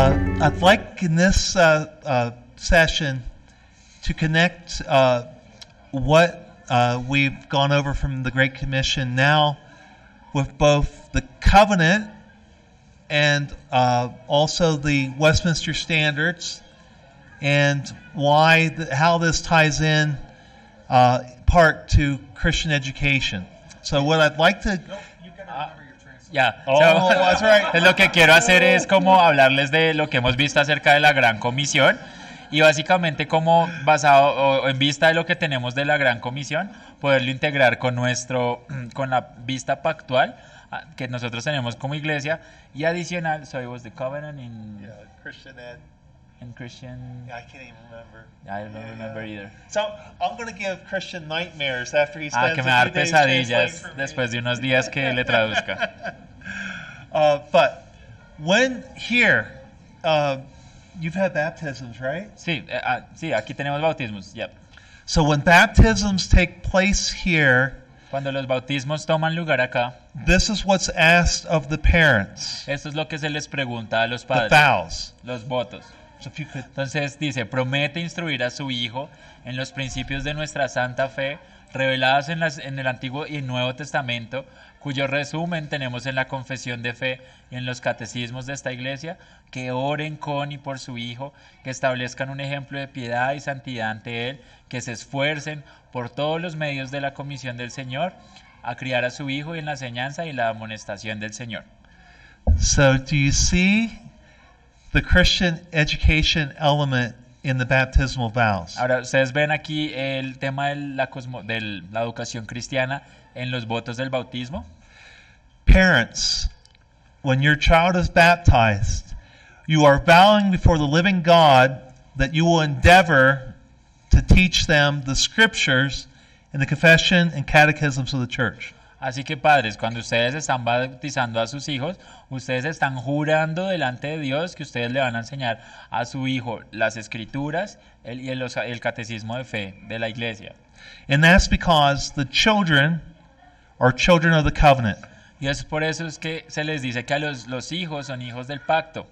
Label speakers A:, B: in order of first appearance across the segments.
A: Uh, I'd like in this uh, uh, session to connect uh, what uh, we've gone over from the Great Commission now with both the covenant and uh, also the Westminster Standards and why the, how this ties in uh, part to Christian education. So what I'd like to
B: Ya.
A: Oh, that's right.
B: Entonces, lo que quiero hacer es como hablarles de lo que hemos visto acerca de la Gran Comisión y básicamente como basado o- o en vista de lo que tenemos de la Gran Comisión, poderlo integrar con nuestro mm, con la vista pactual ah, que nosotros tenemos como iglesia y adicional, so it was the covenant in,
A: Christian Ed,
B: in Christian
A: I can't even remember.
B: I don't remember either.
A: So I'm going to give Christian nightmares after he spends
B: Ah, que
A: a
B: me va a dar
A: few days translating
B: pesadillas
A: for me.
B: después de unos días que le traduzca.
A: Uh, but when here, uh, you've had baptisms, right?
B: Sí, eh, ah, sí, aquí tenemos bautismos. Yep.
A: So when baptisms take place here,
B: Cuando los bautismos toman lugar acá,
A: this is what's asked of the parents,
B: Esto es lo que se les pregunta a los
A: the
B: padres,
A: vows.
B: los votos.
A: So if you could,
B: Entonces dice, promete instruir a su hijo en los principios de nuestra santa fe, revelados en, las- en el Antiguo y Nuevo Testamento, cuyo resumen tenemos en la confesión de fe y en los catecismos de esta iglesia, que oren con y por su hijo, que establezcan un ejemplo de piedad y santidad ante él, que se esfuercen por todos los medios de la comisión del Señor a criar a su hijo y en la enseñanza y la amonestación del Señor.
A: so do you see the Christian education element in the baptismal vows?
B: Ahora, ustedes ven aquí el tema de la, cosmo- del- la educación cristiana en los votos del bautismo.
A: Parents, when your child is baptized, you are vowing before the living God that you will endeavor to teach them the scriptures and the confession and catechisms of the church.
B: Así que padres, cuando ustedes están bautizando a sus hijos, ustedes están jurando delante de Dios que ustedes le van a enseñar a su hijo las escrituras el- y el, los- el catecismo de fe de la iglesia.
A: And that's because the children are children of the covenant.
B: Y es por eso es que se les dice que a los, los hijos son hijos del pacto.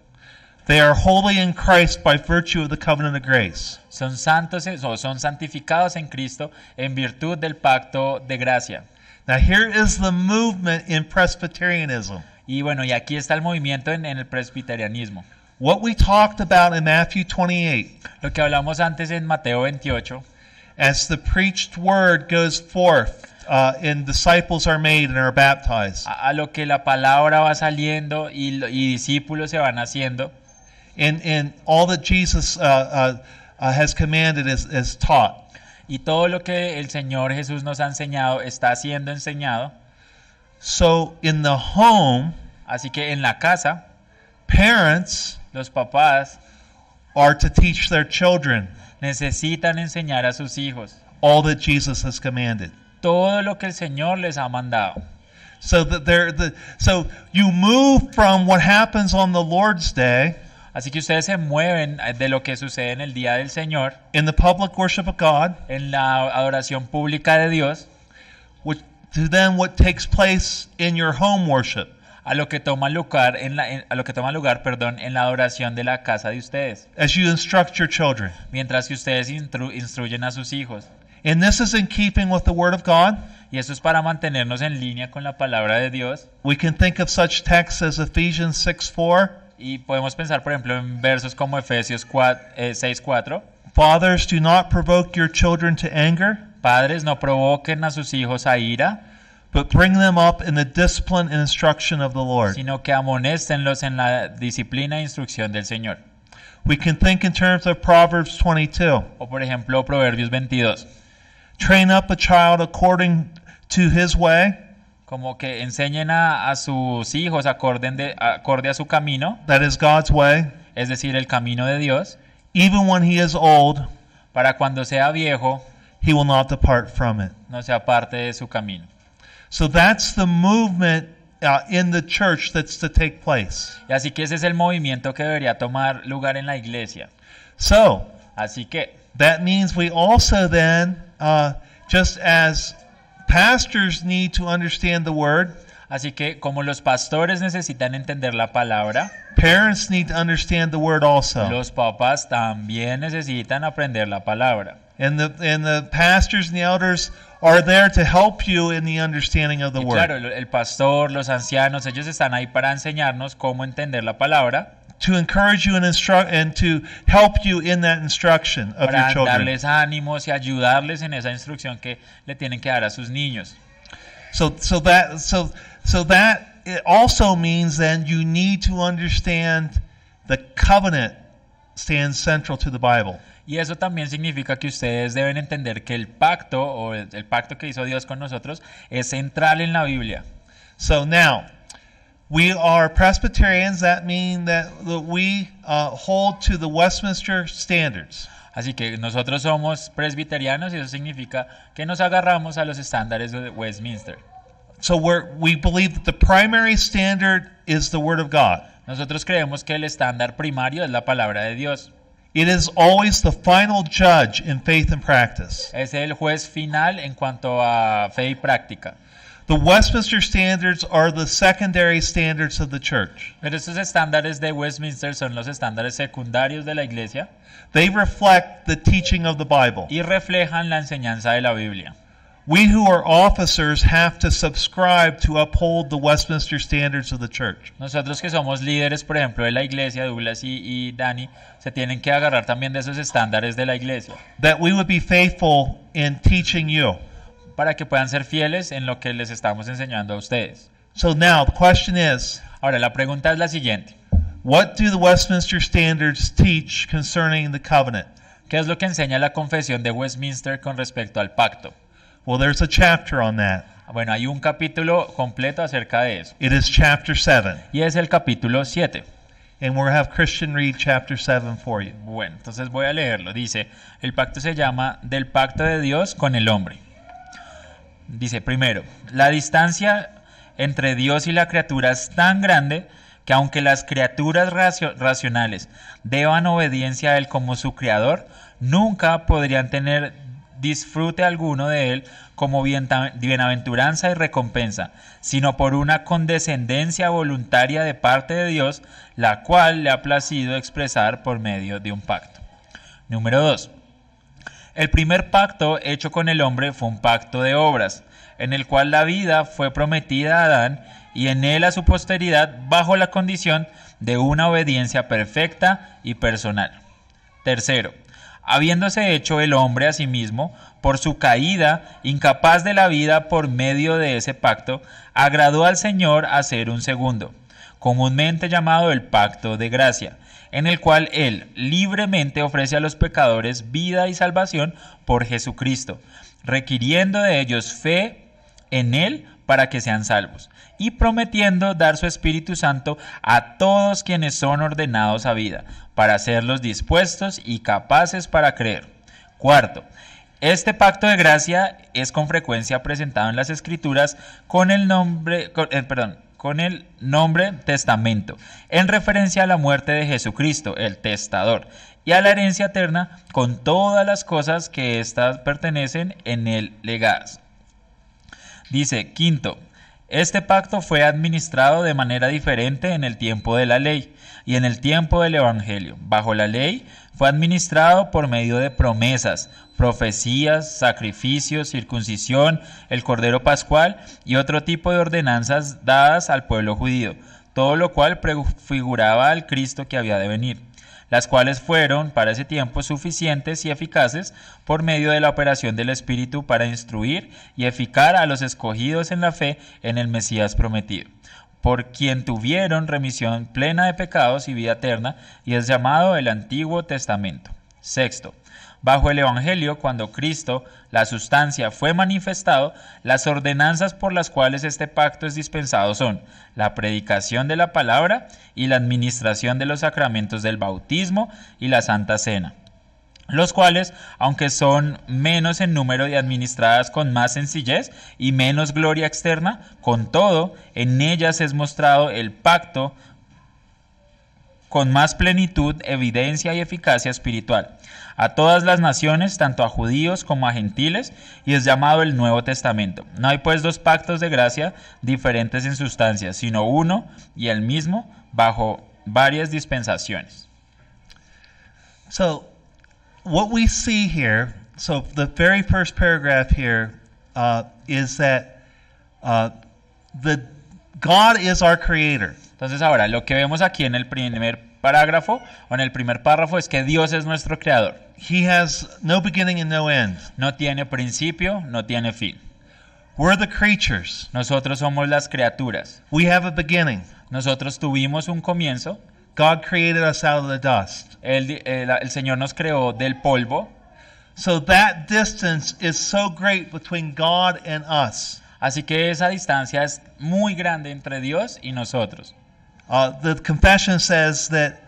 A: They are holy in Christ by virtue of the covenant of grace.
B: Son santos en- o son santificados en Cristo en virtud del pacto de gracia.
A: Now, here is the movement in Presbyterianism.
B: Y bueno, y aquí está el movimiento en, en el presbiterianismo.
A: What we talked about in Matthew 28
B: Lo que hablamos antes en Mateo 28,
A: As the preached word goes forth, uh, and disciples are made and are baptized,
B: a, a lo que la palabra va saliendo y, lo- y discípulos se van haciendo,
A: and, and all that Jesus uh, uh, uh, has commanded is, is taught.
B: y todo lo que el Señor Jesús nos ha enseñado está siendo enseñado.
A: So in the home,
B: Así que en la casa,
A: parents
B: los papás
A: are to teach their children
B: necesitan enseñar a sus hijos
A: all that Jesus has commanded.
B: todo lo que el Señor les ha mandado.
A: So that they're the so you move from what happens on the Lord's Day
B: Así que ustedes se mueven eh, de lo que sucede en el día del Señor,
A: in the public worship of God,
B: en la adoración pública de Dios,
A: which to then what takes place in your home worship.
B: a lo que toma lugar en la en- a lo que toma lugar, perdón, en la adoración de la casa de ustedes,
A: as you instruct your children.
B: mientras que ustedes instru- instruyen a sus hijos.
A: And this is in keeping with the Word of God.
B: Y eso es para mantenernos en línea con la palabra de Dios
A: We can think of such texts as Ephesians 6 4.
B: y podemos pensar, por ejemplo, en versos como Efesios 4, eh, 6:4,
A: Fathers, do not provoke your children to anger,
B: padres no provoquen a sus hijos a ira,
A: but bring them up in the discipline and instruction of the Lord.
B: sino que amonéstenlos en la disciplina e instrucción del Señor.
A: We can think in terms of Proverbs 22.
B: O por ejemplo, Proverbios 22,
A: Train up a child according to his way,
B: como que enseñen a, a sus hijos acorden de- acorde a su camino,
A: that is God's way,
B: es decir, el camino de Dios,
A: even when he is old,
B: para cuando sea viejo
A: he will not depart from it.
B: no sea parte de su camino.
A: So that's the movement uh, in the church that's to take place.
B: Y así que ese es el movimiento que debería tomar lugar en la iglesia.
A: So
B: Así que
A: that means we also then, uh, just as pastors need to understand the word,
B: Así que como los pastores necesitan entender la palabra,
A: parents need to understand the word also.
B: los papás también necesitan aprender la palabra.
A: And the, and the pastors and the elders are there to help you in the understanding of the
B: Y
A: word.
B: claro, el, el pastor, los ancianos, ellos están ahí para enseñarnos cómo entender la palabra,
A: to encourage you and instruct and to help you in that instruction of your
B: para
A: children.
B: darles ánimos y ayudarles en esa instrucción que le tienen que dar a sus niños.
A: So so that so so that it also means then you need to understand the covenant stands central to the Bible.
B: Y eso también significa que ustedes deben entender que el pacto o el, el pacto que hizo Dios con nosotros es central en la Biblia.
A: So now we are Presbyterians. That means that, that we uh, hold to the Westminster standards.
B: Así que nosotros somos presbiterianos y eso significa que nos agarramos a los estándares de Westminster.
A: So we're, we believe that the primary standard is the Word of God.
B: Nosotros creemos que el estándar primario es la palabra de Dios.
A: It is always the final judge in faith and practice.
B: Es el juez final en cuanto a fe y práctica.
A: The Westminster standards are the secondary standards of the church.
B: Pero estos estándares de Westminster son los estándares secundarios de la iglesia
A: They reflect the teaching of the Bible.
B: y reflejan la enseñanza de la Biblia.
A: We who are officers have to subscribe to uphold the Westminster standards of the church.
B: Nosotros que somos líderes, por ejemplo, de la iglesia, Douglas y, y Dani, se tienen que agarrar también de esos estándares de la iglesia
A: That we would be faithful in teaching you.
B: para que puedan ser fieles en lo que les estamos enseñando a ustedes.
A: So now the question is
B: Ahora, la pregunta es la siguiente.
A: what do the Westminster standards teach concerning the covenant?
B: ¿Qué es lo que enseña la confesión de Westminster con respecto al pacto?
A: Well, there's a chapter on that.
B: Bueno, hay un capítulo completo acerca de eso.
A: It is chapter 7.
B: Y es el capítulo 7.
A: And we'll have Christian read chapter 7 for you.
B: Bueno, entonces voy a leerlo. Dice, el pacto se llama del pacto de Dios con el hombre. Dice, primero, la distancia entre Dios y la criatura es tan grande que aunque las criaturas racio- racionales deban obediencia a Él como su creador, nunca podrían tener disfrute alguno de Él como bienta- bienaventuranza y recompensa, sino por una condescendencia voluntaria de parte de Dios, la cual le ha placido expresar por medio de un pacto. Número 2. El primer pacto hecho con el hombre fue un pacto de obras, en el cual la vida fue prometida a Adán y en él a su posteridad bajo la condición de una obediencia perfecta y personal. Tercero, habiéndose hecho el hombre a sí mismo, por su caída, incapaz de la vida por medio de ese pacto, agradó al Señor hacer un segundo, comúnmente llamado el pacto de gracia, en el cual Él libremente ofrece a los pecadores vida y salvación por Jesucristo, requiriendo de ellos fe en Él para que sean salvos, y prometiendo dar su Espíritu Santo a todos quienes son ordenados a vida, para hacerlos dispuestos y capaces para creer. Cuarto, este pacto de gracia es con frecuencia presentado en las Escrituras con el nombre, con- eh, perdón, con el nombre testamento, en referencia a la muerte de Jesucristo, el testador, y a la herencia eterna con todas las cosas que éstas pertenecen en el legado. Dice, quinto, este pacto fue administrado de manera diferente en el tiempo de la ley y en el tiempo del Evangelio. Bajo la ley fue administrado por medio de promesas, profecías, sacrificios, circuncisión, el Cordero Pascual y otro tipo de ordenanzas dadas al pueblo judío, todo lo cual prefiguraba al Cristo que había de venir las cuales fueron para ese tiempo suficientes y eficaces por medio de la operación del Espíritu para instruir y eficar a los escogidos en la fe en el Mesías prometido, por quien tuvieron remisión plena de pecados y vida eterna, y es llamado el Antiguo Testamento. Sexto. Bajo el Evangelio, cuando Cristo, la sustancia, fue manifestado, las ordenanzas por las cuales este pacto es dispensado son la predicación de la palabra y la administración de los sacramentos del bautismo y la Santa Cena los cuales, aunque son menos en número y administradas con más sencillez y menos gloria externa, con todo, en ellas es mostrado el pacto con más plenitud, evidencia y eficacia espiritual, a todas las naciones, tanto a judíos como a gentiles, y es llamado el Nuevo Testamento. No hay pues dos pactos de gracia diferentes en sustancia, sino uno y el mismo bajo varias dispensaciones.
A: So, what we see here, so the very first paragraph here uh, is that uh, the God is our creator.
B: Entonces ahora, lo que vemos aquí en el primer parágrafo o en el primer párrafo es que Dios es nuestro creador.
A: He has no beginning and no end.
B: No tiene principio, no tiene fin.
A: We're the creatures.
B: Nosotros somos las criaturas.
A: We have a beginning.
B: Nosotros tuvimos un comienzo.
A: God created us out of the dust.
B: El, el- el Señor nos creó del polvo.
A: So that distance is so great between God and us.
B: Así que esa distancia es muy grande entre Dios y nosotros.
A: Uh, the confession says that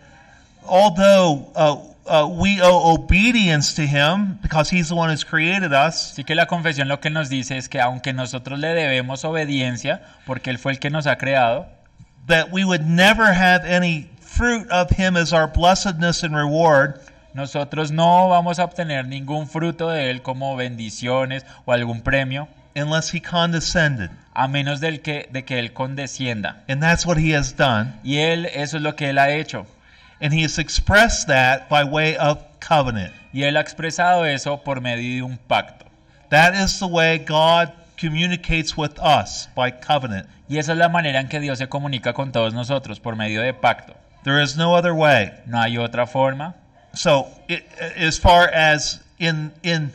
A: although uh, uh, we owe obedience to Him because He's the one who's created us,
B: Así que la confesión lo que nos dice es que aunque nosotros le debemos obediencia, porque Él fue el que nos ha creado,
A: that we would never have any fruit of Him as our blessedness and reward,
B: nosotros no vamos a obtener ningún fruto de Él como bendiciones o algún premio,
A: unless He condescended.
B: a menos del que, de que Él condescienda.
A: And that's what He has done.
B: Y Él, eso es lo que Él ha hecho.
A: And He has expressed that by way of covenant.
B: Y Él ha expresado eso por medio de un pacto.
A: That is the way God communicates with us by covenant.
B: Y esa es la manera en que Dios se comunica con todos nosotros, por medio de pacto.
A: There is no other way.
B: No hay otra forma.
A: So, it, as far as in in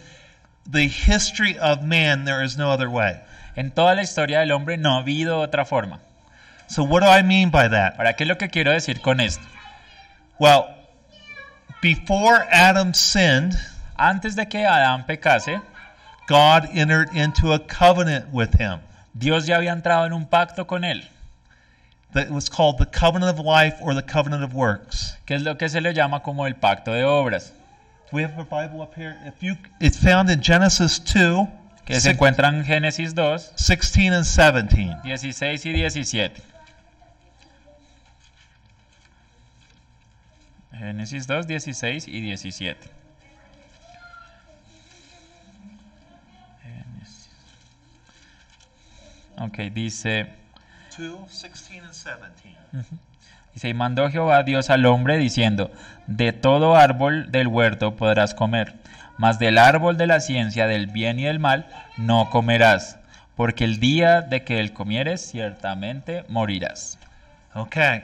A: the history of man, there is no other way.
B: En toda la historia del hombre no ha habido otra forma.
A: So, what do I mean by that?
B: Ahora, ¿qué es lo que quiero decir con esto?
A: Well, before Adam sinned,
B: Antes de que Adán pecase,
A: God entered into a covenant with him
B: Dios ya había entrado en un pacto con él,
A: that was called the covenant of life or the covenant of works.
B: que es lo que se le llama como el pacto de obras,
A: Do we have a Bible up here? If you, it's found in Genesis 2,
B: que se
A: six-
B: encuentra en Génesis 2,
A: 16 and 17.
B: 16 y 17. Génesis 2, 16 y 17. Génesis. Ok, dice...
A: 2, 16 and 17.
B: Y se mandó Jehová Dios al hombre diciendo, de todo árbol del huerto podrás comer, mas del árbol de la ciencia del bien y del mal no comerás, porque el día de que él comieres ciertamente morirás.
A: Okay.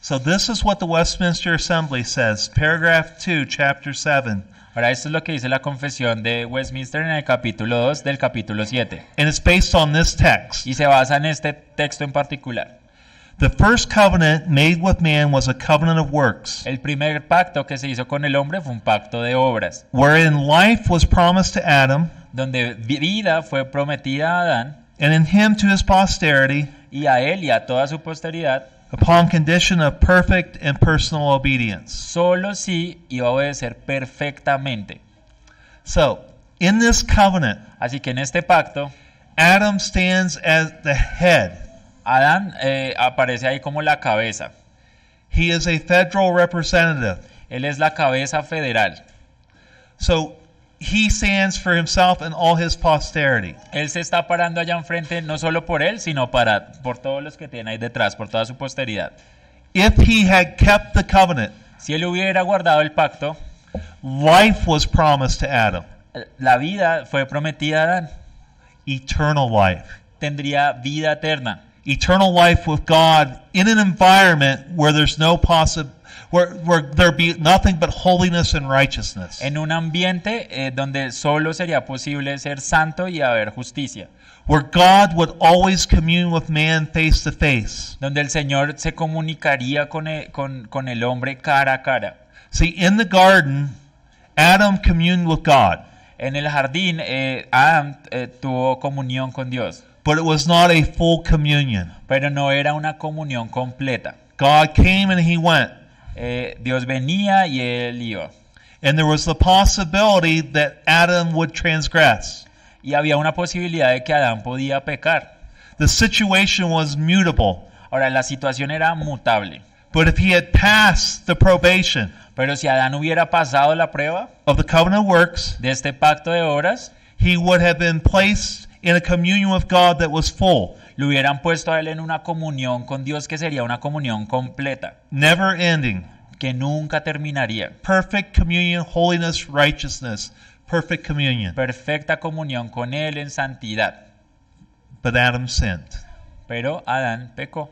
A: So this is what the Westminster Assembly says, paragraph 2, chapter 7.
B: Ahora esto es lo que dice la confesión de Westminster en el capítulo 2 del capítulo 7,
A: And it's based on this text.
B: y se basa en este texto en particular.
A: The first covenant made with man was a covenant of works,
B: El primer pacto que se hizo con el hombre fue un pacto de obras,
A: wherein life was promised to Adam,
B: donde vida fue prometida a Adán
A: and in him to his posterity,
B: y a él y a toda su posteridad
A: upon condition of perfect and personal obedience.
B: solo si iba a obedecer perfectamente.
A: So, in this covenant,
B: Así que en este pacto,
A: Adam stands as the head.
B: Adán eh, aparece ahí como la cabeza.
A: He is a federal representative.
B: Él es la cabeza federal.
A: So, he stands for himself and all his posterity.
B: Él se está parando allá enfrente no solo por él, sino para por todos los que tiene ahí detrás, por toda su posteridad.
A: If he had kept the covenant,
B: Si él hubiera guardado el pacto,
A: life was promised to Adam,
B: eh, la vida fue prometida a Adán.
A: eternal life.
B: Tendría vida eterna.
A: Eternal life with God in an environment where there's no possible where, where there be nothing but holiness and righteousness.
B: En un ambiente eh, donde solo sería posible ser santo y haber justicia.
A: where God would always commune with man face to face.
B: donde el Señor se comunicaría con el, con, con el hombre cara a cara.
A: See, in the garden, Adam communed with God,
B: En el jardín, eh, Adán eh, tuvo comunión con Dios,
A: but it was not a full communion.
B: pero no era una comunión completa.
A: God came and he went.
B: Eh, Dios venía y él iba.
A: And there was the possibility that Adam would transgress.
B: Y había una posibilidad de que Adán podía pecar.
A: The situation was mutable.
B: Ahora, la situación era mutable.
A: But if he had passed the probation
B: Pero si Adán hubiera pasado la prueba
A: of the covenant works,
B: de este pacto de obras,
A: he would have been placed in a communion with God that was full,
B: lo hubieran puesto a él en una comunión con Dios que sería una comunión completa,
A: never ending,
B: que nunca terminaría.
A: perfect communion, holiness, righteousness, perfect communion.
B: Perfecta comunión con él en santidad.
A: But Adam sinned,
B: Pero Adán pecó.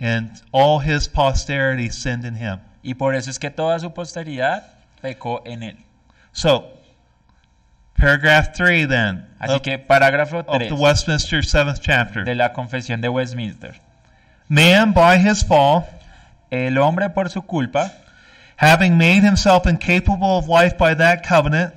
A: and all his posterity sinned in him.
B: Y por eso es que toda su posteridad pecó en él.
A: So, paragraph 3 then
B: Así
A: of,
B: que parágrafo
A: of the
B: 3
A: Westminster 7th chapter.
B: de la confesión de Westminster.
A: Man, by his fall,
B: El hombre por su culpa,
A: having made himself incapable of life by that covenant,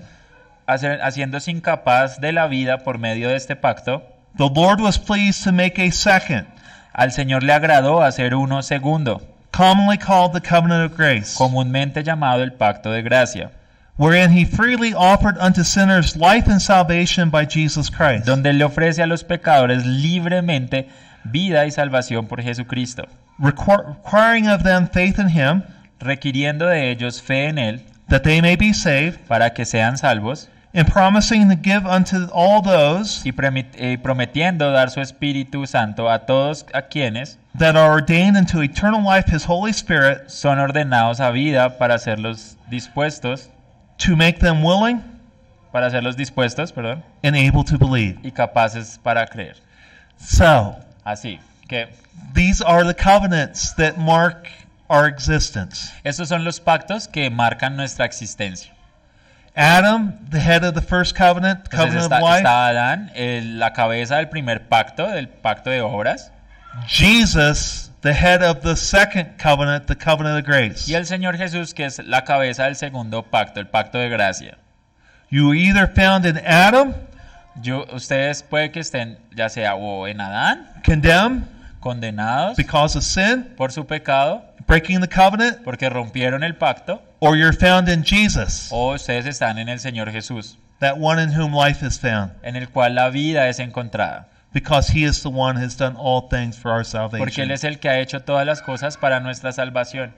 B: hacer- haciéndose incapaz de la vida por medio de este pacto,
A: the Lord was pleased to make a second,
B: al Señor le agradó hacer uno segundo,
A: commonly called the covenant of grace,
B: comúnmente llamado el pacto de gracia,
A: wherein he freely offered unto sinners life and salvation by Jesus Christ.
B: donde le ofrece a los pecadores libremente vida y salvación por Jesucristo,
A: requir- requiring of them faith in him
B: requiriendo de ellos fe en Él
A: that they may be saved
B: para que sean salvos
A: and promising to give unto all those
B: y premi- eh, prometiendo dar su Espíritu Santo a todos a quienes
A: that are ordained unto eternal life his holy spirit
B: son ordenados a vida para hacerlos dispuestos,
A: to make them willing
B: para hacerlos dispuestos, perdón,
A: and able to believe
B: y capaces para creer.
A: so
B: Así que
A: these are the covenants that mark our existence
B: estos son los pactos que marcan nuestra existencia.
A: adam the head of the first covenant the covenant
B: Entonces está,
A: of life
B: está Adán, el- la cabeza del primer pacto, del pacto de obras,
A: jesus the head of the second covenant the covenant of grace
B: y el Señor Jesús, que es la cabeza del segundo pacto, el pacto de gracia.
A: you were either found in adam
B: Yo, ustedes puede que estén, ya sea o en Adán,
A: condemned
B: condenados
A: because of sin
B: por su pecado,
A: breaking the covenant
B: porque rompieron el pacto,
A: or you're found in Jesus,
B: o ustedes están en el Señor Jesús,
A: that one in whom life is found,
B: en el cual la vida es encontrada,
A: because he is the one who has done all things for our
B: porque Él
A: salvation.
B: es el que ha hecho todas las cosas para nuestra salvación.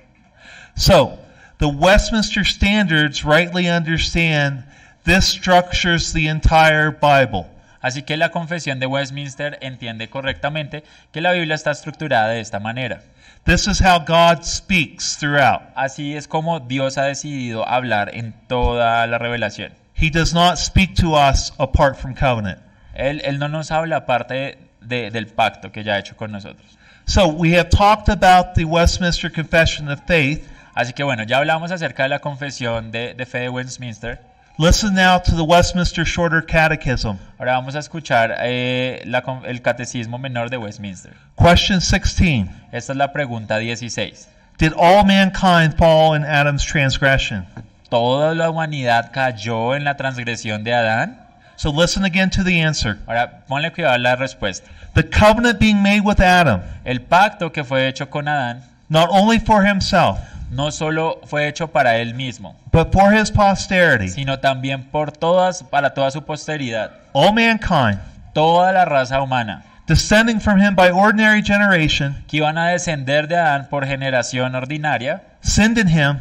A: So, the Westminster Standards rightly understand this structures the entire Bible.
B: Así que la confesión de Westminster entiende correctamente que la Biblia está estructurada de esta manera.
A: This is how God speaks throughout.
B: Así es como Dios ha decidido hablar en toda la revelación.
A: He does not speak to us apart from covenant.
B: Él, él no nos habla aparte de- del pacto que ya ha hecho con nosotros.
A: So, we have talked about the Westminster Confession of Faith.
B: Así que bueno, ya hablamos acerca de la confesión de, de fe de Westminster.
A: Listen now to the Westminster Shorter Catechism.
B: Ahora vamos a escuchar eh, la con- el Catecismo Menor de Westminster.
A: Question 16.
B: Esta es la pregunta 16.
A: Did all mankind fall in Adam's transgression?
B: ¿Toda la humanidad cayó en la transgresión de Adán?
A: So listen again to the answer.
B: Ahora ponle cuidado a la respuesta.
A: The covenant being made with Adam,
B: El pacto que fue hecho con Adán
A: not only for himself,
B: no solo fue hecho para él mismo,
A: but for his posterity,
B: sino también por todas, para toda su posteridad,
A: all mankind,
B: toda la raza humana,
A: descending from him by ordinary generation,
B: que iban a descender de Adán por generación ordinaria,
A: sinned in him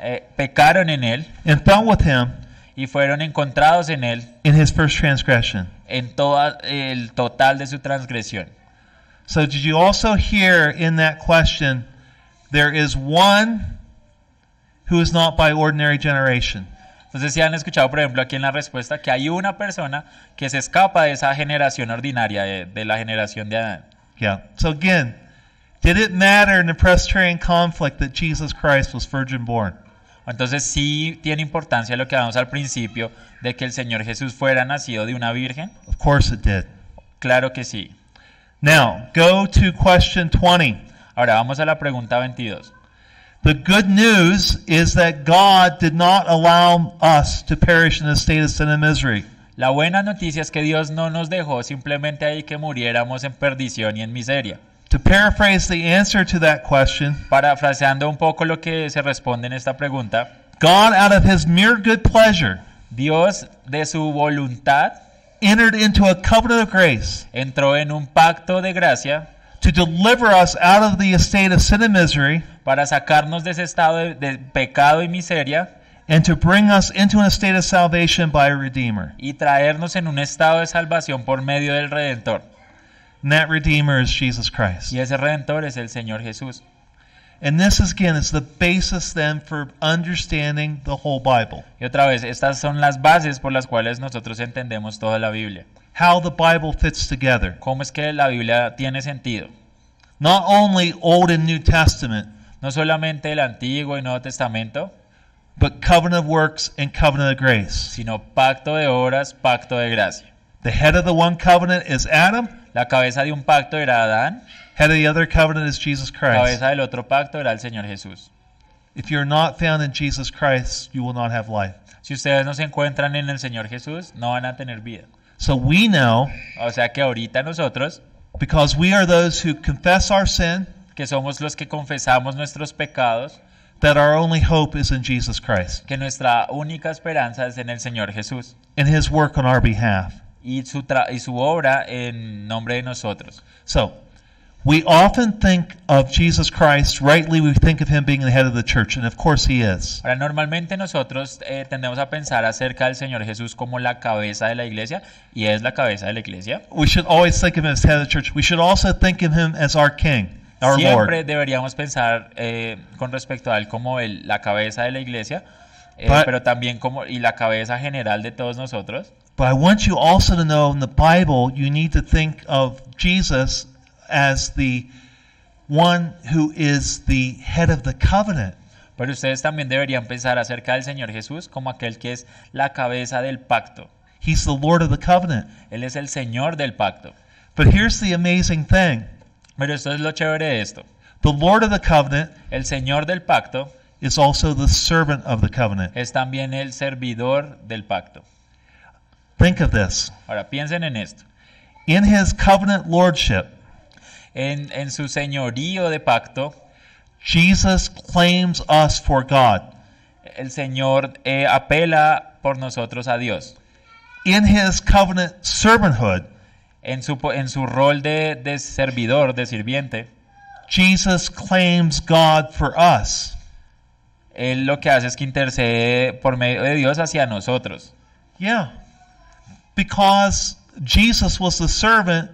B: eh, pecaron en él
A: and fell with him
B: y fueron encontrados en él
A: in his first transgression.
B: en toda el total de su transgresión.
A: So did you also hear in that question there is one who is not by ordinary generation?
B: Entonces, si han escuchado, por ejemplo, aquí en la respuesta, que hay una persona que se escapa de esa generación ordinaria, de, de la generación de Adán.
A: Yeah. So again, did it matter in the Presbyterian conflict that Jesus Christ was virgin born?
B: Entonces sí tiene importancia lo que hablamos al principio de que el Señor Jesús fuera nacido de una virgen.
A: Of course it did.
B: Claro que sí.
A: Now, go to question 20.
B: Ahora vamos a la pregunta 22.
A: The good news is that God did not allow us to perish in a state of sin and misery.
B: La buena noticia es que Dios no nos dejó simplemente ahí que muriéramos en perdición y en miseria.
A: To paraphrase the answer to that question,
B: Parafraseando un poco lo que se responde en esta pregunta,
A: God, out of his mere good pleasure,
B: Dios de su voluntad
A: entered into a covenant of grace
B: entró en un pacto de gracia
A: to deliver us out of the estate of sin and misery
B: para sacarnos de ese estado de, de pecado y miseria
A: and to bring us into an estate of salvation by a Redeemer.
B: y traernos en un estado de salvación por medio del Redentor.
A: And that Redeemer is Jesus Christ.
B: Y ese Redentor es el Señor Jesús.
A: And this, is, again, is the basis then for understanding the whole Bible.
B: Y otra vez, estas son las bases por las cuales nosotros entendemos toda la Biblia.
A: How the Bible fits together.
B: ¿Cómo es que la Biblia tiene sentido?
A: Not only Old and New Testament,
B: No solamente el Antiguo y Nuevo Testamento,
A: but covenant of works and covenant of grace.
B: sino pacto de obras, pacto de gracia.
A: The head of the one covenant is Adam,
B: La cabeza de un pacto era Adán,
A: head of the other covenant is Jesus
B: la
A: Christ.
B: cabeza del otro pacto era el Señor Jesús.
A: If you're not found in Jesus Christ, you will not have life.
B: Si ustedes no se encuentran en el Señor Jesús, no van a tener vida.
A: So we know,
B: O sea que ahorita nosotros,
A: because we are those who confess our sin,
B: que somos los que confesamos nuestros pecados,
A: that our only hope is in Jesus Christ
B: que nuestra única esperanza es en el Señor Jesús
A: and his work on our behalf.
B: y su, tra- y su obra en nombre de nosotros.
A: So, we often think of Jesus Christ, rightly, we think of him being the head of the church, and of course he is.
B: Ahora, normalmente nosotros eh, tendemos a pensar acerca del Señor Jesús como la cabeza de la iglesia, y es la cabeza de la iglesia.
A: We should always think of him as head of the church. We should also think of him as our king, our
B: Siempre
A: Lord.
B: deberíamos pensar eh, con respecto a él como el- la cabeza de la iglesia, eh,
A: But-
B: pero también como y la cabeza general de todos nosotros.
A: But I want you also to know in the Bible, you need to think of Jesus as the one who is the head of the covenant.
B: Pero ustedes también deberían pensar acerca del Señor Jesús como aquel que es la cabeza del pacto.
A: He's the Lord of the covenant.
B: Él es el Señor del pacto.
A: But here's the amazing thing
B: Pero esto es lo chévere de esto.
A: the Lord of the covenant
B: El Señor del pacto
A: is also the servant of the covenant.
B: es también el servidor del pacto.
A: Think of this.
B: Ahora piensen en esto.
A: In his covenant lordship,
B: En, en su señorío de pacto,
A: Jesus claims us for God.
B: el Señor eh, apela por nosotros a Dios.
A: In his covenant servanthood,
B: En su, po- en su rol de, de servidor, de sirviente,
A: Jesus claims God for us.
B: Él lo que hace es que intercede por medio de Dios hacia nosotros.
A: Yeah. Because Jesus was the servant,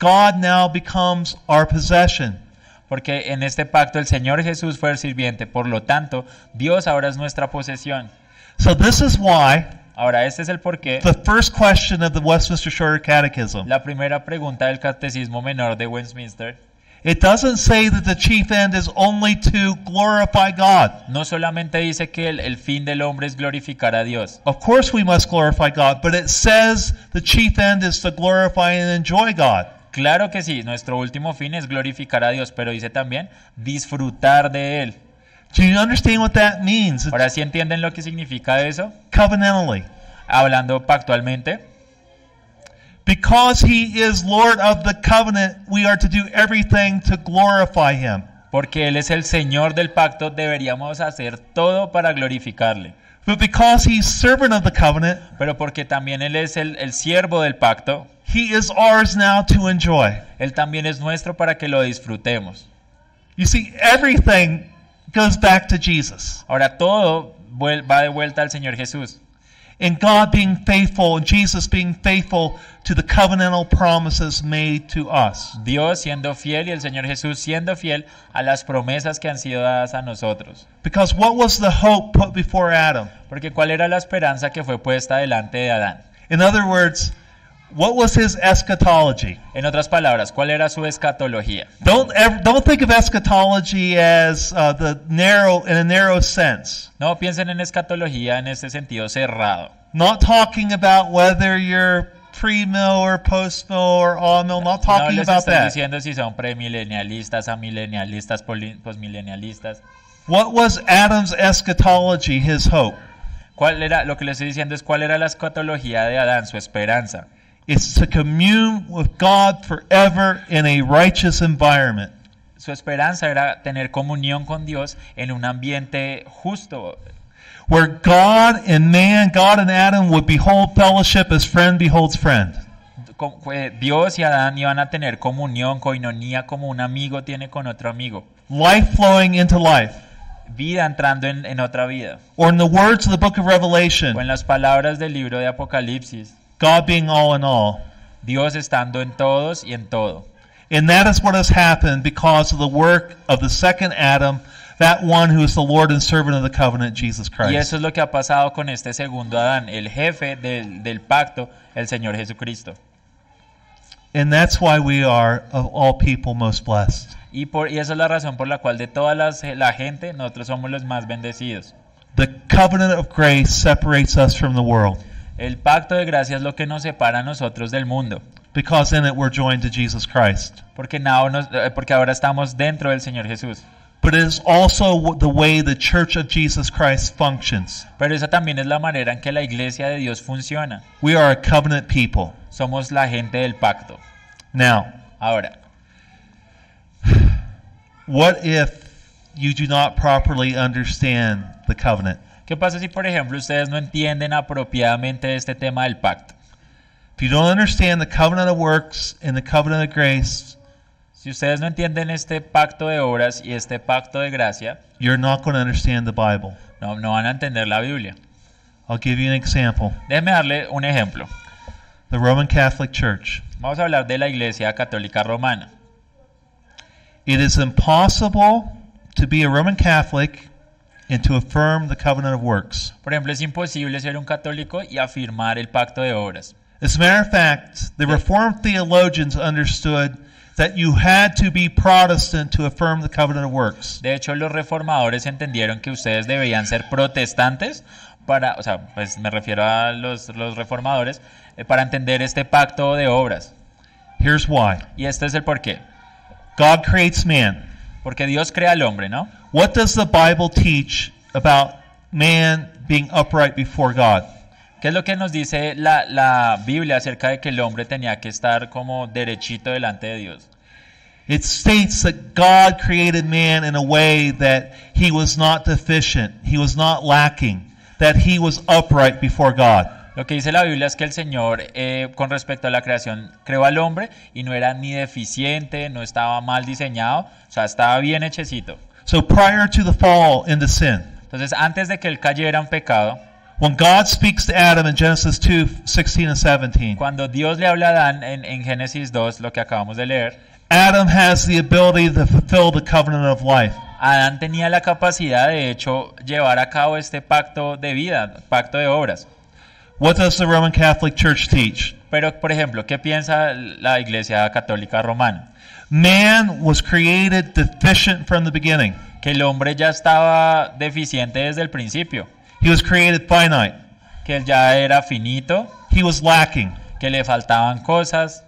A: God now becomes our possession.
B: Porque en este pacto el Señor Jesús fue el sirviente, por lo tanto, Dios ahora es nuestra posesión.
A: So, this is why
B: Ahora, este es el porqué.
A: the first question of the Westminster Shorter Catechism
B: La primera pregunta del Catecismo Menor de Westminster
A: it doesn't say that the chief end is only to glorify God.
B: no solamente dice que el, el fin del hombre es glorificar a Dios.
A: Of course, we must glorify God, but it says the chief end is to glorify and enjoy God.
B: Claro que sí, nuestro último fin es glorificar a Dios, pero dice también disfrutar de Él.
A: Do you understand what that means? It's
B: Ahora sí entienden lo que significa eso,
A: covenantally.
B: hablando pactualmente.
A: Because he is Lord of the covenant, we are to do everything to glorify him.
B: Porque Él es el Señor del pacto, deberíamos hacer todo para glorificarle.
A: But because he's servant of the covenant,
B: Pero porque también Él es el, el siervo del pacto,
A: he is ours now to enjoy.
B: Él también es nuestro para que lo disfrutemos.
A: You see, everything goes back to Jesus.
B: Ahora todo vuel- va de vuelta al Señor Jesús.
A: And God being faithful and Jesus being faithful to the covenantal promises made to us.
B: Dios siendo fiel y el Señor Jesús siendo fiel a las promesas que han sido dadas a nosotros.
A: Because what was the hope put before Adam?
B: Porque ¿cuál era la esperanza que fue puesta delante de Adán?
A: In other words, what was his eschatology?
B: En otras palabras, ¿cuál era su escatología?
A: Don't ever, don't think of eschatology as uh, the narrow in a narrow sense.
B: No piensen en escatología en este sentido cerrado.
A: Not talking about whether you're pre-mill or post-mill or all-mill. Not
B: No
A: talking
B: les
A: about
B: estoy
A: that.
B: diciendo si son premilenialistas, amilenialistas, poli- posmilenialistas.
A: What was Adam's eschatology? His hope.
B: ¿Cuál era, lo que les estoy diciendo es cuál era la escatología de Adán, su esperanza.
A: It's to commune with God forever in a righteous environment.
B: Su esperanza era tener comunión con Dios en un ambiente justo,
A: Where God and man, God and Adam would behold fellowship as friend beholds friend.
B: co- eh, Dios y Adán iban a tener comunión, coinonía, como un amigo tiene con otro amigo.
A: life flowing into life.
B: Vida entrando en, en otra vida.
A: Or in the words of the book of Revelation,
B: O en las palabras del libro de Apocalipsis,
A: God being all in all.
B: Dios estando en todos y en todo.
A: And that is what has happened because of the work of the second Adam, that one who is the Lord and servant of the covenant, Jesus
B: Y
A: Christ.
B: eso es lo que ha pasado con este segundo Adán, el jefe del, del pacto, el Señor Jesucristo.
A: And that's why we are, of all people, most blessed.
B: Y, por, y esa es la razón por la cual de toda las- la gente nosotros somos los más bendecidos.
A: The covenant of grace separates us from the world
B: El pacto de gracia es lo que nos separa a nosotros del mundo,
A: because in it we're joined to Jesus Christ.
B: porque, now nos- eh, porque ahora estamos dentro del Señor Jesús.
A: But it is also w- the way the church of Jesus Christ functions.
B: Pero esa también es la manera en que la iglesia de Dios funciona.
A: We are a covenant people.
B: Somos la gente del pacto.
A: Now,
B: Ahora,
A: what if you do not properly understand the covenant?
B: ¿qué pasa si por ejemplo ustedes no entienden apropiadamente este tema del pacto?
A: If you don't understand the covenant of works and the covenant of grace,
B: Si ustedes no entienden este pacto de obras y este pacto de gracia,
A: you're not going to understand the Bible.
B: no, no van a entender la Biblia.
A: I'll give you an example.
B: Déjenme darle un ejemplo.
A: The Roman Catholic Church.
B: Vamos a hablar de la Iglesia Católica Romana.
A: It is impossible to be a Roman Catholic and to affirm the covenant of works.
B: Por ejemplo, es imposible ser un católico y afirmar el pacto de obras.
A: As a matter of fact, the Reformed theologians understood that you had to be Protestant to affirm the covenant of works.
B: De hecho, los reformadores entendieron que ustedes deberían ser protestantes para, o sea, pues me refiero a los, los reformadores, eh, para entender este pacto de obras.
A: Here's why
B: Y este es el porqué.
A: God creates man.
B: Porque Dios crea al hombre, ¿no?
A: What does the Bible teach about man being upright before God?
B: ¿Qué es lo que nos dice la, la Biblia acerca de que el hombre tenía que estar como derechito delante de Dios?
A: It states that God created man in a way that he was not deficient, he was not lacking, that he was upright before God.
B: Lo que dice la Biblia es que el Señor, eh, con respecto a la creación, creó al hombre y no era ni deficiente, no estaba mal diseñado, o sea, estaba bien hechecito.
A: So prior to the fall into sin,
B: Entonces, antes de que él cayera en pecado,
A: when God speaks to Adam in Genesis 2 16 and 17,
B: cuando Dios le habla a Adán en, en Génesis 2, lo que acabamos de leer,
A: Adam has the ability to fulfill the covenant of life.
B: Adán tenía la capacidad de hecho llevar a cabo este pacto de vida, pacto de obras.
A: What does the Roman Catholic Church teach?
B: Pero, por ejemplo, ¿qué piensa la Iglesia Católica Romana?
A: Man was created deficient from the beginning,
B: Que el hombre ya estaba deficiente desde el principio,
A: he was created finite,
B: que él ya era finito,
A: he was lacking.
B: que le faltaban cosas.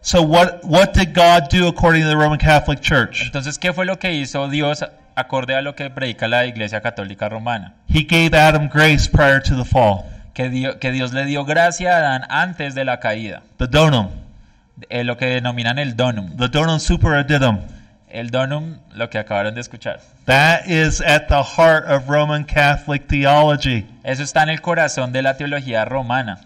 A: So what what did God do according to the Roman Catholic Church?
B: Entonces, ¿qué fue lo que hizo Dios acorde a lo que predica la Iglesia Católica Romana?
A: He gave Adam grace prior to the fall.
B: Que, Dio- que Dios le dio gracia a Adán antes de la caída,
A: The donum,
B: eh, lo que denominan el donum.
A: the donum superadidum.
B: El donum, lo que acabaron de escuchar.
A: That is at the heart of Roman Catholic theology.
B: Eso está en el corazón de la teología romana.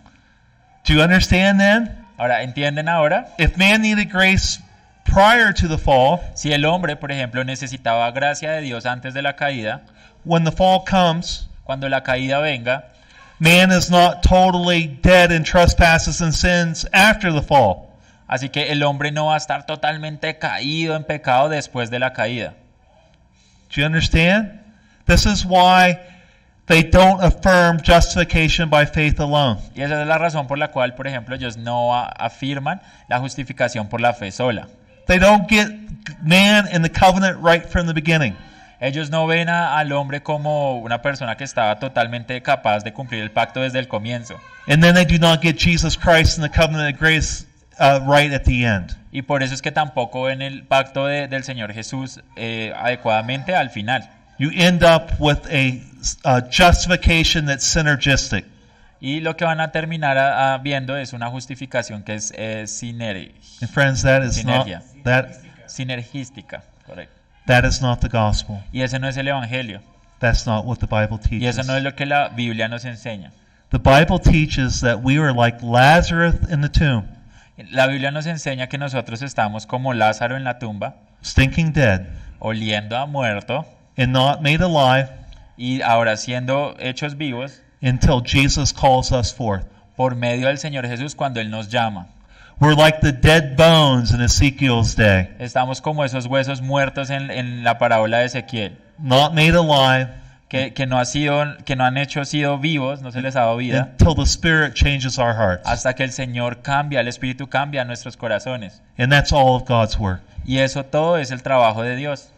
A: Do you understand then?
B: Ahora, ¿entienden ahora?
A: If man needed grace prior to the fall,
B: Si el hombre, por ejemplo, necesitaba gracia de Dios antes de la caída,
A: when the fall comes,
B: cuando la caída venga,
A: man is not totally dead in trespasses and sins after the fall.
B: así que el hombre no va a estar totalmente caído en pecado después de la caída.
A: Do you understand? This is why they don't affirm justification by faith alone.
B: Y esa es la razón por la cual, por ejemplo, ellos no a- afirman la justificación por la fe sola.
A: They don't get man in the covenant right from the beginning.
B: Ellos no ven a- al hombre como una persona que estaba totalmente capaz de cumplir el pacto desde el comienzo.
A: And then they do not get Jesus Christ in the covenant of grace uh, right at the end.
B: Y por eso es que tampoco ven el pacto de- del Señor Jesús eh, adecuadamente al final.
A: You end up with a uh, justification that's synergistic.
B: Y lo que van a terminar a- a viendo es una justificación que es eh, sineri-
A: And friends, that is not
B: Synergia.
A: that
B: sinergística. Correcto.
A: that is not the gospel.
B: Y ese no es el Evangelio.
A: That's not what the Bible
B: Y
A: teaches.
B: eso no es lo que la Biblia nos enseña.
A: The Bible teaches that we are like Lazarus in the tomb.
B: La Biblia nos enseña que nosotros estamos como Lázaro en la tumba,
A: stinking dead,
B: oliendo a muerto
A: and not made alive
B: y ahora siendo hechos vivos
A: until Jesus calls us forth.
B: por medio del Señor Jesús cuando Él nos llama.
A: We're like the dead bones in Ezekiel's day,
B: Estamos como esos huesos muertos en, en la parábola de Ezequiel,
A: not made alive
B: que, que no, ha sido, que no han hecho sido vivos, no se les ha dado vida,
A: until the Spirit changes our hearts.
B: hasta que el Señor cambia, el Espíritu cambia nuestros corazones.
A: And that's all of God's work,
B: Y eso todo es el trabajo de Dios,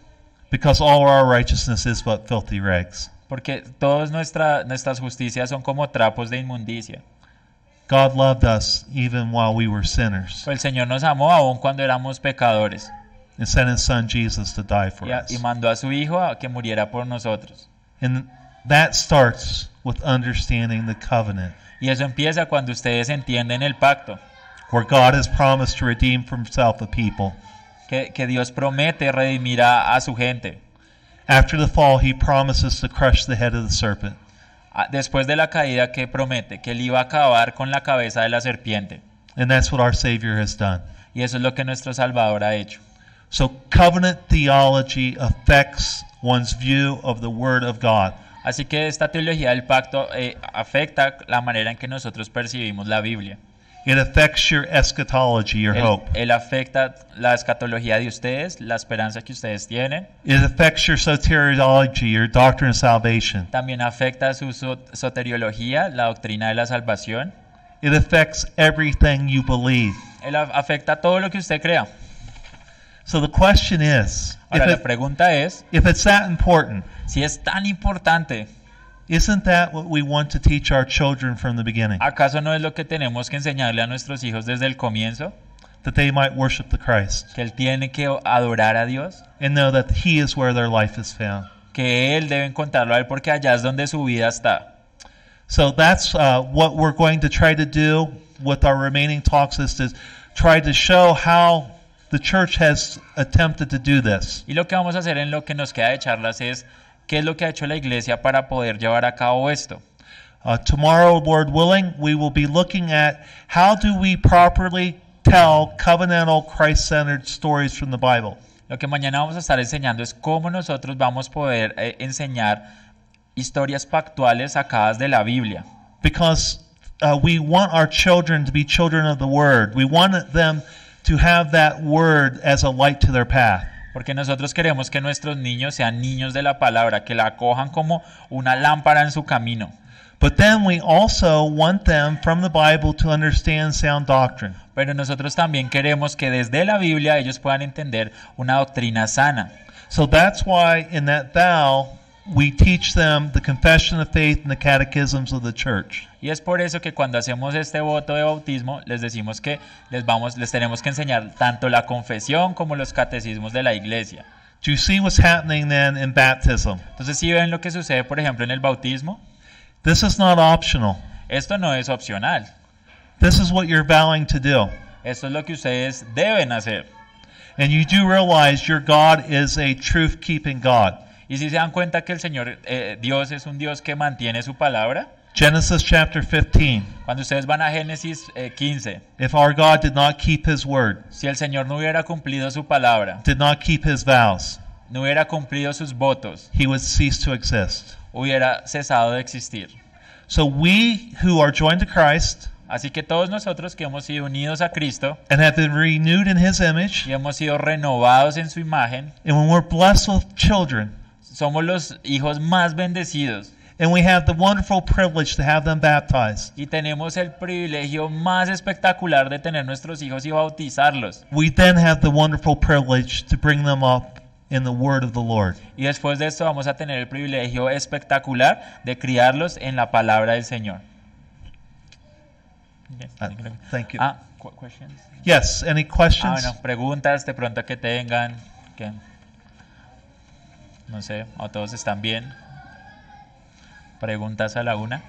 A: because all our righteousness is but filthy rags.
B: porque todas nuestra, nuestras justicias son como trapos de inmundicia.
A: God loved us even while we were sinners
B: Pero el Señor nos amó aún cuando éramos pecadores
A: and sent his son Jesus to die for
B: y, a-
A: us.
B: y mandó a su Hijo a que muriera por nosotros.
A: And that starts with understanding the covenant,
B: Y eso empieza cuando ustedes entienden el pacto,
A: where God has promised to redeem for himself a people.
B: que, que Dios promete redimir a, a su gente.
A: After the fall, he promises to crush the head of the serpent.
B: Ah, Después de la caída que promete, que él iba a acabar con la cabeza de la serpiente.
A: And that's what our Savior has done.
B: Y eso es lo que nuestro Salvador ha hecho.
A: So, covenant theology affects one's view of the Word of God.
B: Así que esta teología del pacto eh, afecta la manera en que nosotros percibimos la Biblia.
A: It affects your eschatology, your
B: Él,
A: hope.
B: él afecta la escatología de ustedes, la esperanza que ustedes tienen.
A: It affects your soteriology, your doctrine of salvation.
B: También afecta su so- soteriología, la doctrina de la salvación.
A: It affects everything you believe.
B: Él af- afecta todo lo que usted crea.
A: So the question is if,
B: Ahora, la
A: it,
B: pregunta es,
A: if it's that important,
B: si es tan importante,
A: isn't that what we want to teach our children from the beginning?
B: ¿acaso no es lo que tenemos que enseñarle a nuestros hijos desde el comienzo?
A: That they might worship the Christ
B: que él tiene que adorar a Dios,
A: and know that He is where their life is found.
B: que él debe encontrarlo a él porque allá es donde su vida está.
A: So that's uh, what we're going to try to do with our remaining talks is to try to show how the church has attempted to do this.
B: Y lo que vamos a hacer en lo que nos queda de charlas es qué es lo que ha hecho la iglesia para poder llevar a cabo esto.
A: Uh, tomorrow, Lord willing, we will be looking at how do we properly tell covenantal Christ-centered stories from the Bible.
B: Lo que mañana vamos a estar enseñando es cómo nosotros vamos a poder eh, enseñar historias pactuales sacadas de la Biblia.
A: because uh, we want our children to be children of the Word. We want them to have that Word as a light to their path.
B: Porque nosotros queremos que nuestros niños sean niños de la palabra, que la cojan como una lámpara en su camino.
A: But then we also want them from the Bible to understand sound doctrine.
B: Pero nosotros también queremos que desde la Biblia ellos puedan entender una doctrina sana.
A: So that's why in that vow, we teach them the confession of faith and the catechisms of the church.
B: Y es por eso que cuando hacemos este voto de bautismo, les decimos que les vamos, les tenemos que enseñar tanto la confesión como los catecismos de la iglesia.
A: Do you see what's happening then in baptism?
B: Entonces, si ven lo que sucede, por ejemplo, en el bautismo,
A: This is not optional.
B: esto no es opcional.
A: This is what you're vowing to do.
B: Esto es lo que ustedes deben hacer.
A: And you do realize your God is a truth keeping God.
B: Y si se dan cuenta que el Señor eh, Dios es un Dios que mantiene su palabra,
A: Genesis chapter 15.
B: cuando ustedes van a Génesis eh, 15,
A: If our God did not keep his word,
B: si el Señor no hubiera cumplido su palabra,
A: did not keep his vows,
B: no hubiera cumplido sus votos,
A: he would cease to exist.
B: hubiera cesado de existir.
A: So we who are joined to Christ
B: Así que todos nosotros que hemos sido unidos a Cristo
A: and have been renewed in his image,
B: y hemos sido renovados en su imagen,
A: and when we're blessed with children,
B: somos los hijos más bendecidos
A: and we have the wonderful privilege to have them baptized,
B: y tenemos el privilegio más espectacular de tener nuestros hijos y bautizarlos.
A: we then have the wonderful privilege to bring them up in the word of the Lord.
B: Y después de esto vamos a tener el privilegio espectacular de criarlos en la palabra del Señor.
A: Uh, thank you.
B: Ah, cu- questions?
A: Yes, any
B: Ah,
A: questions?
B: bueno, preguntas de pronto que tengan, que no sé, o todos están bien. Preguntas a la una.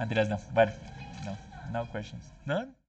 B: Mentiras, no. Bueno, no, no questions.
A: None?